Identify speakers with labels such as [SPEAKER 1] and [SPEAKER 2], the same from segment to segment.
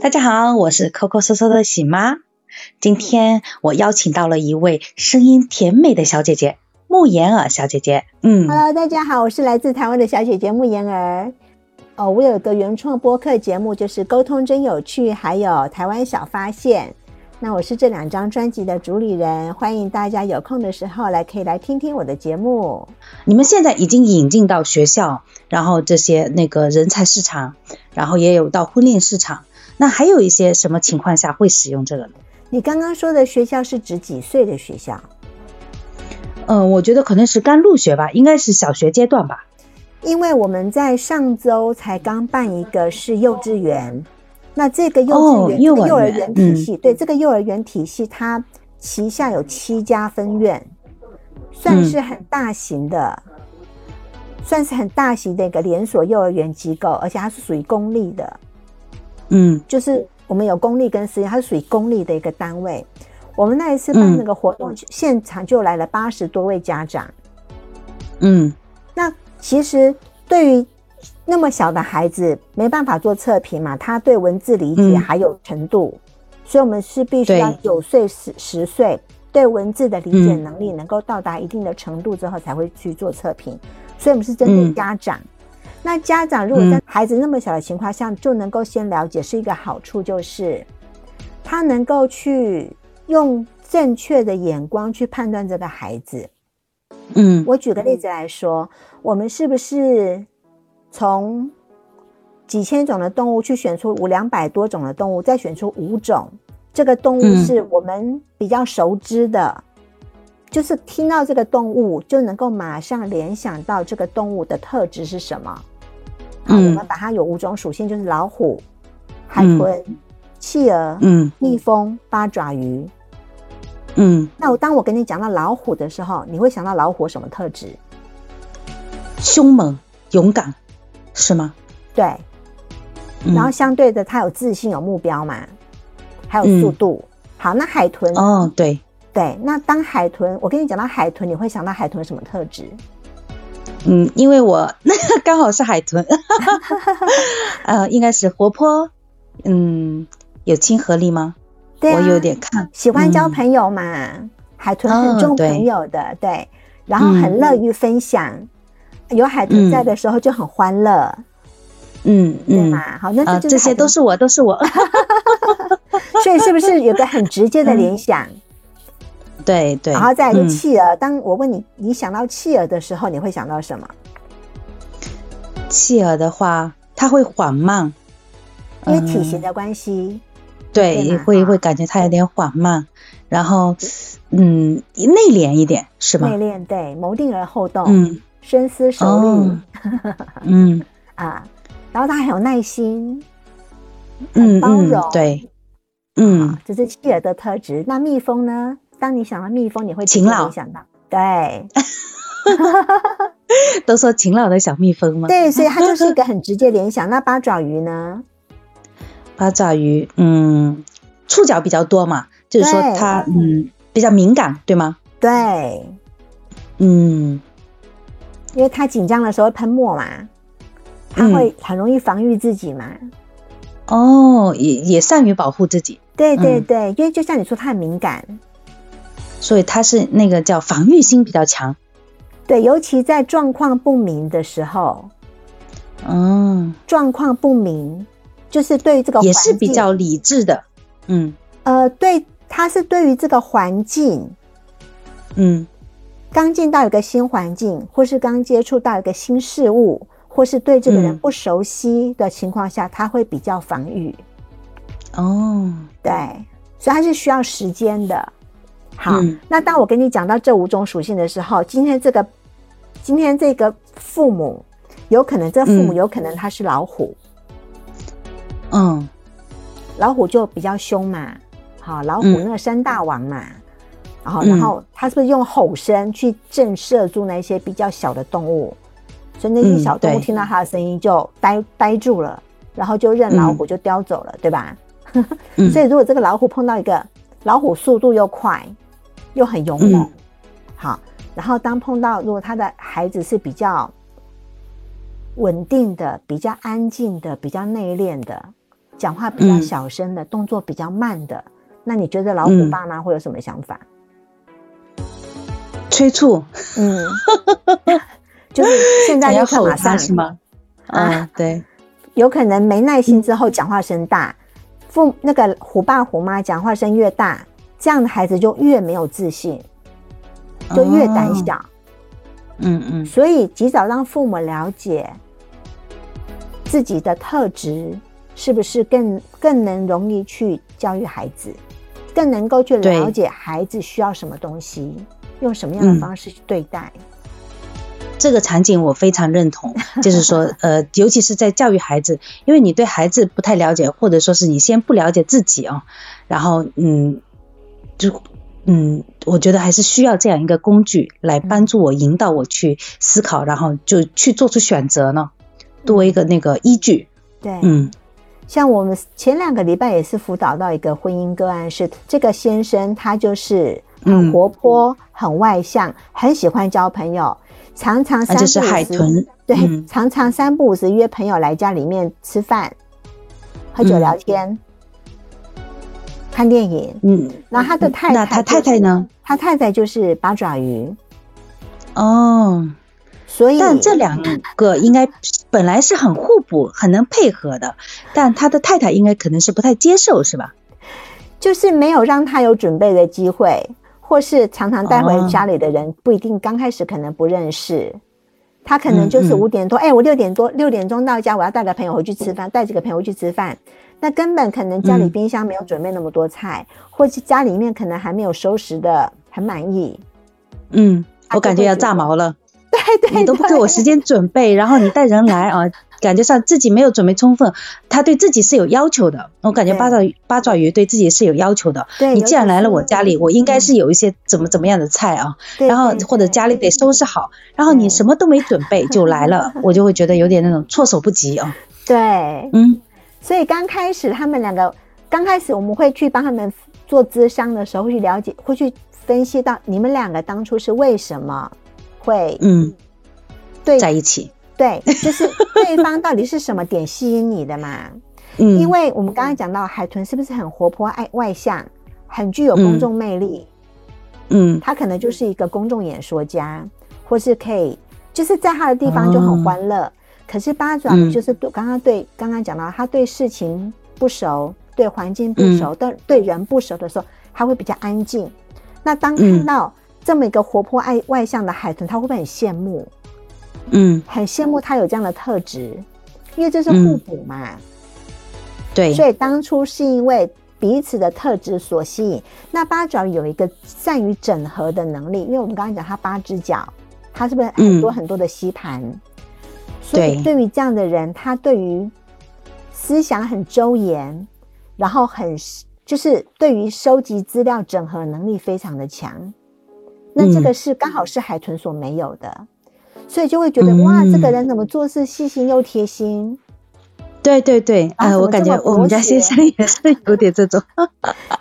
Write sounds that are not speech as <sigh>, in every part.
[SPEAKER 1] 大家好，我是抠抠搜搜的喜妈。今天我邀请到了一位声音甜美的小姐姐，穆妍儿小姐姐。嗯
[SPEAKER 2] Hello，大家好，我是来自台湾的小姐姐穆妍儿。哦，我有个原创播客节目，就是《沟通真有趣》，还有《台湾小发现》。那我是这两张专辑的主理人，欢迎大家有空的时候来可以来听听我的节目。
[SPEAKER 1] 你们现在已经引进到学校，然后这些那个人才市场，然后也有到婚恋市场。那还有一些什么情况下会使用这个呢？
[SPEAKER 2] 你刚刚说的学校是指几岁的学校？
[SPEAKER 1] 嗯，我觉得可能是刚入学吧，应该是小学阶段吧。
[SPEAKER 2] 因为我们在上周才刚办一个是幼稚园，那这个幼稚园、
[SPEAKER 1] 哦幼儿
[SPEAKER 2] 这个幼儿
[SPEAKER 1] 园嗯
[SPEAKER 2] 园体系，对这个幼儿园体系，它旗下有七家分院，算
[SPEAKER 1] 嗯
[SPEAKER 2] 是很大型的，算是很大型的一个连锁幼儿园机构，而且它是属于公立的，
[SPEAKER 1] 嗯
[SPEAKER 2] 就是我们有公立跟私立，它是属于公立的一个单位。我们那一次办那个活动，现场就来了八十多位家长。
[SPEAKER 1] 嗯
[SPEAKER 2] 那其实对于那么小的孩子，没办法做测评嘛，他对文字理解
[SPEAKER 1] 嗯
[SPEAKER 2] 还有程度，所以我们是必须要
[SPEAKER 1] 对
[SPEAKER 2] 九岁十十岁对文字的理解
[SPEAKER 1] 嗯
[SPEAKER 2] 能力能够到达一定的程度之后，才会去做测评。所以我们是针对
[SPEAKER 1] 嗯
[SPEAKER 2] 家长。那家长如果在
[SPEAKER 1] 嗯
[SPEAKER 2] 孩子那么小的情况下就能够先了解，是一个好处，就是他能够去用正确的眼光去判断这个孩子。
[SPEAKER 1] 嗯
[SPEAKER 2] 我举个例子来说，我们是不是从几千种的动物去选出五两百多种的动物，再选出五种，这个动物
[SPEAKER 1] 嗯
[SPEAKER 2] 是我们比较熟知的，就是听到这个动物就能够马上联想到这个动物的特质是什么。好，我
[SPEAKER 1] 嗯
[SPEAKER 2] 们把它有五种属性，就是老虎、海
[SPEAKER 1] 嗯
[SPEAKER 2] 豚、企鹅、
[SPEAKER 1] 嗯
[SPEAKER 2] 蜜蜂、八爪鱼。
[SPEAKER 1] 嗯，
[SPEAKER 2] 那我当我跟你讲到老虎的时候，你会想到老虎有什么特质？
[SPEAKER 1] 凶猛勇敢是吗？
[SPEAKER 2] 对，
[SPEAKER 1] 嗯
[SPEAKER 2] 然后相对的，它有自信、有目标嘛，还有速度。好，那海豚，
[SPEAKER 1] 嗯哦对，
[SPEAKER 2] 对，那当海豚，我跟你讲到海豚，你会想到海豚有什么特质？
[SPEAKER 1] 嗯，因为我 <laughs> 刚好是海豚， <laughs> 呃，应该是活泼，嗯，有亲和力吗？
[SPEAKER 2] 对、啊，
[SPEAKER 1] 我有点看，
[SPEAKER 2] 喜欢交
[SPEAKER 1] 嗯
[SPEAKER 2] 朋友嘛，海豚很
[SPEAKER 1] 哦
[SPEAKER 2] 重
[SPEAKER 1] 对
[SPEAKER 2] 朋友的，对然后
[SPEAKER 1] 嗯
[SPEAKER 2] 很乐于分享，有海豚在的时候就很欢乐，
[SPEAKER 1] 嗯
[SPEAKER 2] 对
[SPEAKER 1] 嗯，
[SPEAKER 2] 嘛？好，那
[SPEAKER 1] 啊，这
[SPEAKER 2] 这就是海
[SPEAKER 1] 些
[SPEAKER 2] 豚
[SPEAKER 1] 都，是我，都是我， <laughs>
[SPEAKER 2] 所以是不是有个很直接的
[SPEAKER 1] <laughs>
[SPEAKER 2] 联想？
[SPEAKER 1] 对嗯对，
[SPEAKER 2] 然后再来就
[SPEAKER 1] 嗯
[SPEAKER 2] 企鹅，当我问你你想到企鹅的时候，你会想到什么？
[SPEAKER 1] 嗯企鹅的话，它会缓慢，
[SPEAKER 2] 因为体
[SPEAKER 1] 嗯
[SPEAKER 2] 型的关系，对
[SPEAKER 1] 对，
[SPEAKER 2] 吧
[SPEAKER 1] 会
[SPEAKER 2] 啊
[SPEAKER 1] 会感觉它有点缓慢，然后嗯，内敛一点是
[SPEAKER 2] 内
[SPEAKER 1] 吗？
[SPEAKER 2] 敛对，谋定而后动，
[SPEAKER 1] 嗯，
[SPEAKER 2] 深思熟虑、
[SPEAKER 1] 哦，嗯
[SPEAKER 2] 啊，然后他还有耐心，
[SPEAKER 1] 嗯
[SPEAKER 2] 包
[SPEAKER 1] 嗯
[SPEAKER 2] 容，啊
[SPEAKER 1] 对，嗯
[SPEAKER 2] 这是企鹅的特质。那蜜蜂呢？当你想到蜜蜂，你会直
[SPEAKER 1] 勤
[SPEAKER 2] 接
[SPEAKER 1] 劳哦
[SPEAKER 2] 联想到对
[SPEAKER 1] 都说勤劳的小蜜蜂吗？
[SPEAKER 2] 对，所以它就是一个很直接联想。那八爪鱼呢？
[SPEAKER 1] 八爪鱼，嗯，触角比较多嘛，就是说
[SPEAKER 2] 对
[SPEAKER 1] 它嗯比较敏感，对吗？
[SPEAKER 2] 对，
[SPEAKER 1] 嗯
[SPEAKER 2] 因为它紧张的时候会喷墨嘛，它
[SPEAKER 1] 嗯
[SPEAKER 2] 会很容易防御自己嘛。
[SPEAKER 1] 哦，也也善于保护自己，
[SPEAKER 2] 对对
[SPEAKER 1] 嗯
[SPEAKER 2] 对，因为就像你说，它很敏感。
[SPEAKER 1] 所以它是那个叫防御心比较强。
[SPEAKER 2] 对，尤其在状况不明的时候，
[SPEAKER 1] 嗯，
[SPEAKER 2] 状况不明，就是对于这个
[SPEAKER 1] 也是
[SPEAKER 2] 环
[SPEAKER 1] 比
[SPEAKER 2] 境
[SPEAKER 1] 较理智的。嗯
[SPEAKER 2] 呃，对，他是对于这个环境，
[SPEAKER 1] 嗯
[SPEAKER 2] 刚进到一个新环境，或是刚接触到一个新事物，或是对这个人
[SPEAKER 1] 嗯
[SPEAKER 2] 不熟悉的情况下，他会比较防御。
[SPEAKER 1] 哦
[SPEAKER 2] 对，所以他是需要时间的。好，
[SPEAKER 1] 嗯
[SPEAKER 2] 那当我跟你讲到这五种属性的时候，今天这个，今天这个父母，有可能这父母
[SPEAKER 1] 嗯
[SPEAKER 2] 有可能他是老虎，
[SPEAKER 1] 嗯
[SPEAKER 2] 老虎就比较凶嘛，好，老虎
[SPEAKER 1] 嗯
[SPEAKER 2] 那个山大王嘛，然后
[SPEAKER 1] 嗯
[SPEAKER 2] 然后它是不是用吼声去震慑住那些比较小的动物？所以那些
[SPEAKER 1] 嗯
[SPEAKER 2] 小动物
[SPEAKER 1] 对
[SPEAKER 2] 听到它的声音就呆呆住了，然后就任老虎就叼走了，对吧？
[SPEAKER 1] 嗯
[SPEAKER 2] 所以如果这个老虎碰到一个老虎，速度又快又很勇猛，
[SPEAKER 1] 嗯
[SPEAKER 2] 好，然后当碰到如果他的孩子是比较稳定的、比较安静的、比较内敛的，讲话比较小声的，动作比较慢的，那你觉得老虎
[SPEAKER 1] 嗯
[SPEAKER 2] 爸妈会有什么想法？
[SPEAKER 1] 催促，
[SPEAKER 2] 嗯， <laughs> 就是现在
[SPEAKER 1] 想
[SPEAKER 2] 立
[SPEAKER 1] 要
[SPEAKER 2] 刻
[SPEAKER 1] 吼
[SPEAKER 2] 马
[SPEAKER 1] 他
[SPEAKER 2] 上
[SPEAKER 1] 是吗？
[SPEAKER 2] 啊
[SPEAKER 1] 嗯，对，
[SPEAKER 2] 有可能没耐心之后讲话声大，父那个虎爸虎妈讲话声越大，这样的孩子就越没有自信，就越胆
[SPEAKER 1] 哦
[SPEAKER 2] 小。
[SPEAKER 1] 嗯嗯
[SPEAKER 2] 所以及早让父母了解自己的特质，是不是更更能容易去教育孩子，更能够去了
[SPEAKER 1] 对
[SPEAKER 2] 解孩子需要什么东西，用什么样的
[SPEAKER 1] 嗯
[SPEAKER 2] 方式去对待。
[SPEAKER 1] 这个场景我非常认
[SPEAKER 2] <laughs>
[SPEAKER 1] 同，就是说，呃，尤其是在教育孩子，因为你对孩子不太了解，或者说是你先不了解自己哦，然后嗯，就嗯，我觉得还是需要这样一个工具来帮助我、引导我去思考，然后就去做出选择呢，多一个那个依据。
[SPEAKER 2] 对，
[SPEAKER 1] 嗯
[SPEAKER 2] 像我们前两个礼拜也是辅导到一个婚姻个案，是这个先生他就是很
[SPEAKER 1] 嗯
[SPEAKER 2] 活泼、很外向、很喜欢交朋友，常常三
[SPEAKER 1] 而
[SPEAKER 2] 不
[SPEAKER 1] 且
[SPEAKER 2] 五
[SPEAKER 1] 是
[SPEAKER 2] 时
[SPEAKER 1] 海豚
[SPEAKER 2] 对，
[SPEAKER 1] 嗯
[SPEAKER 2] 常常三不五时约朋友来家里面吃饭、喝酒、
[SPEAKER 1] 嗯
[SPEAKER 2] 聊天、看电影。
[SPEAKER 1] 嗯，
[SPEAKER 2] 然后他的太太、
[SPEAKER 1] 那他太太？呢？
[SPEAKER 2] 他太太就是八爪鱼，
[SPEAKER 1] 哦，
[SPEAKER 2] 嗯所以
[SPEAKER 1] 但这两个应该本来是很互补、很能配合的，但他的太太应该可能是不太接受，是吧？
[SPEAKER 2] 就是没有让他有准备的机会，或是常常带回
[SPEAKER 1] 哦
[SPEAKER 2] 家里的人不一定刚开始可能不认识，他可能就是
[SPEAKER 1] 嗯嗯
[SPEAKER 2] 五点多，哎、我六点多六点钟到家，我要带个朋友回去吃饭，带几个朋友去吃饭，那根本可能家里
[SPEAKER 1] 嗯
[SPEAKER 2] 冰箱没有准备那么多菜，或是家里面可能还没有收拾的很满意， <laughs>
[SPEAKER 1] 嗯，我
[SPEAKER 2] 他就
[SPEAKER 1] 感
[SPEAKER 2] 会
[SPEAKER 1] 觉要
[SPEAKER 2] 觉
[SPEAKER 1] 炸
[SPEAKER 2] 得
[SPEAKER 1] 毛了，
[SPEAKER 2] 对 <laughs> 对对，
[SPEAKER 1] 你都不给我时间准备，然后你带人来啊，感觉上自己没有准备充分，他对自己是有要求的。我感觉
[SPEAKER 2] 对
[SPEAKER 1] 八爪八爪鱼对自己是有要求的。
[SPEAKER 2] 对，
[SPEAKER 1] 你
[SPEAKER 2] 尤
[SPEAKER 1] 既然
[SPEAKER 2] 其
[SPEAKER 1] 来了
[SPEAKER 2] 是
[SPEAKER 1] 我家里，我应该是有一些怎么怎么样的菜啊，
[SPEAKER 2] 对
[SPEAKER 1] 然后
[SPEAKER 2] 对
[SPEAKER 1] 或者
[SPEAKER 2] 对
[SPEAKER 1] 家里得收拾好，然后你
[SPEAKER 2] 对
[SPEAKER 1] 什么都没准备就来
[SPEAKER 2] <laughs>
[SPEAKER 1] 了，我就会觉得有点那种措手不及啊。
[SPEAKER 2] 对，
[SPEAKER 1] 嗯
[SPEAKER 2] 所以刚开始他们两个，刚开始我们会去帮他们做咨商的时候，会去了解，会去分析到你们两个当初是为什么会
[SPEAKER 1] 嗯，
[SPEAKER 2] 对
[SPEAKER 1] 在一起，
[SPEAKER 2] 对，就是对方到底是什么点吸引你的嘛？
[SPEAKER 1] <laughs> 嗯，
[SPEAKER 2] 因为我们刚刚讲到海豚是不是很活泼、爱外向，很具有公众魅力，
[SPEAKER 1] 嗯
[SPEAKER 2] 他可能就是一个公众演说家，或是可以就是在他的地方就很欢乐。可是八爪鱼
[SPEAKER 1] 哦嗯
[SPEAKER 2] 就是对刚刚对刚刚讲到，他对事情不熟，对环境
[SPEAKER 1] 嗯
[SPEAKER 2] 不熟，但对人不熟的时候，他会比较安静。那当看
[SPEAKER 1] 嗯
[SPEAKER 2] 到这么一个活泼爱外向的海豚，他会不会很羡慕？
[SPEAKER 1] 嗯，
[SPEAKER 2] 很羡慕他有这样的特质，因为这是
[SPEAKER 1] 嗯
[SPEAKER 2] 互补嘛。
[SPEAKER 1] 对，
[SPEAKER 2] 所以当初是因为彼此的特质所吸引。那八爪鱼有一个善于整合的能力，因为我们刚刚讲它八只脚，它是不是很
[SPEAKER 1] 嗯
[SPEAKER 2] 多很多的吸盘？所以对于这样的人，他对于思想很周延，然后很就是对于收集资料整合能力非常的强。那这
[SPEAKER 1] 嗯
[SPEAKER 2] 个是刚好是海豚所没有的，所以就会觉得哇，这个
[SPEAKER 1] 嗯
[SPEAKER 2] 人怎么做事细心又贴心？
[SPEAKER 1] 对对对，啊，
[SPEAKER 2] 然后
[SPEAKER 1] 我
[SPEAKER 2] 怎么
[SPEAKER 1] 感
[SPEAKER 2] 这
[SPEAKER 1] 觉
[SPEAKER 2] 么
[SPEAKER 1] 我
[SPEAKER 2] 博
[SPEAKER 1] 们家
[SPEAKER 2] 学啊
[SPEAKER 1] 先生也是有点这种，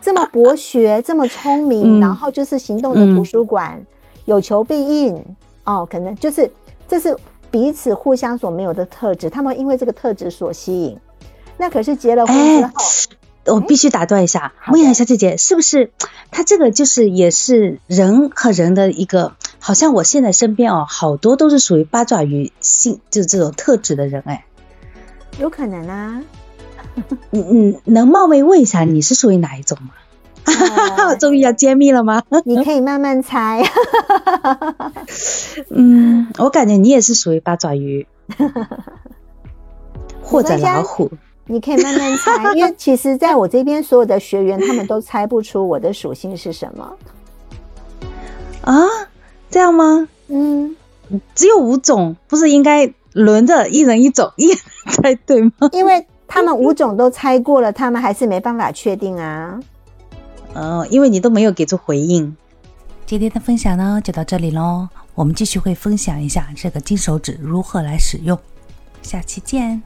[SPEAKER 2] 这么博学，这么聪明，
[SPEAKER 1] 嗯
[SPEAKER 2] 然后就是行动的图书馆，有求必应哦，可能就是这是彼此互相所没有的特质，他们因为这个特质所吸引。那可是结了婚之后，
[SPEAKER 1] 我必须打断一下，
[SPEAKER 2] 好的
[SPEAKER 1] 梦阳小姐姐，是不是她这个就是也是人和人的一个，好像我现在身边哦，好多都是属于八爪鱼性，就这种特质的人，哎，
[SPEAKER 2] 有可能啊，
[SPEAKER 1] 嗯嗯，能冒昧问一下你是属于哪一种 <laughs> 吗？
[SPEAKER 2] 呃
[SPEAKER 1] 啊终于要揭秘了吗？
[SPEAKER 2] 你可以慢慢猜。
[SPEAKER 1] <laughs>
[SPEAKER 2] <laughs>
[SPEAKER 1] 嗯，我感觉你也是属于八爪 <laughs> 鱼，或者老虎，
[SPEAKER 2] 你可以慢慢猜，因为其实在我这边所有的学员，他们都猜不出我的属性是什么。
[SPEAKER 1] 啊，这样吗？
[SPEAKER 2] 嗯，
[SPEAKER 1] 只有五种，不是应该轮着一人一种，一人才对吗？
[SPEAKER 2] 因为他们五种都猜过了，他们还是没办法确定啊。
[SPEAKER 1] 哦，因为你都没有给出回应。
[SPEAKER 3] 今天的分享呢就到这里喽，我们继续会分享一下这个金手指如何来使用，下期见。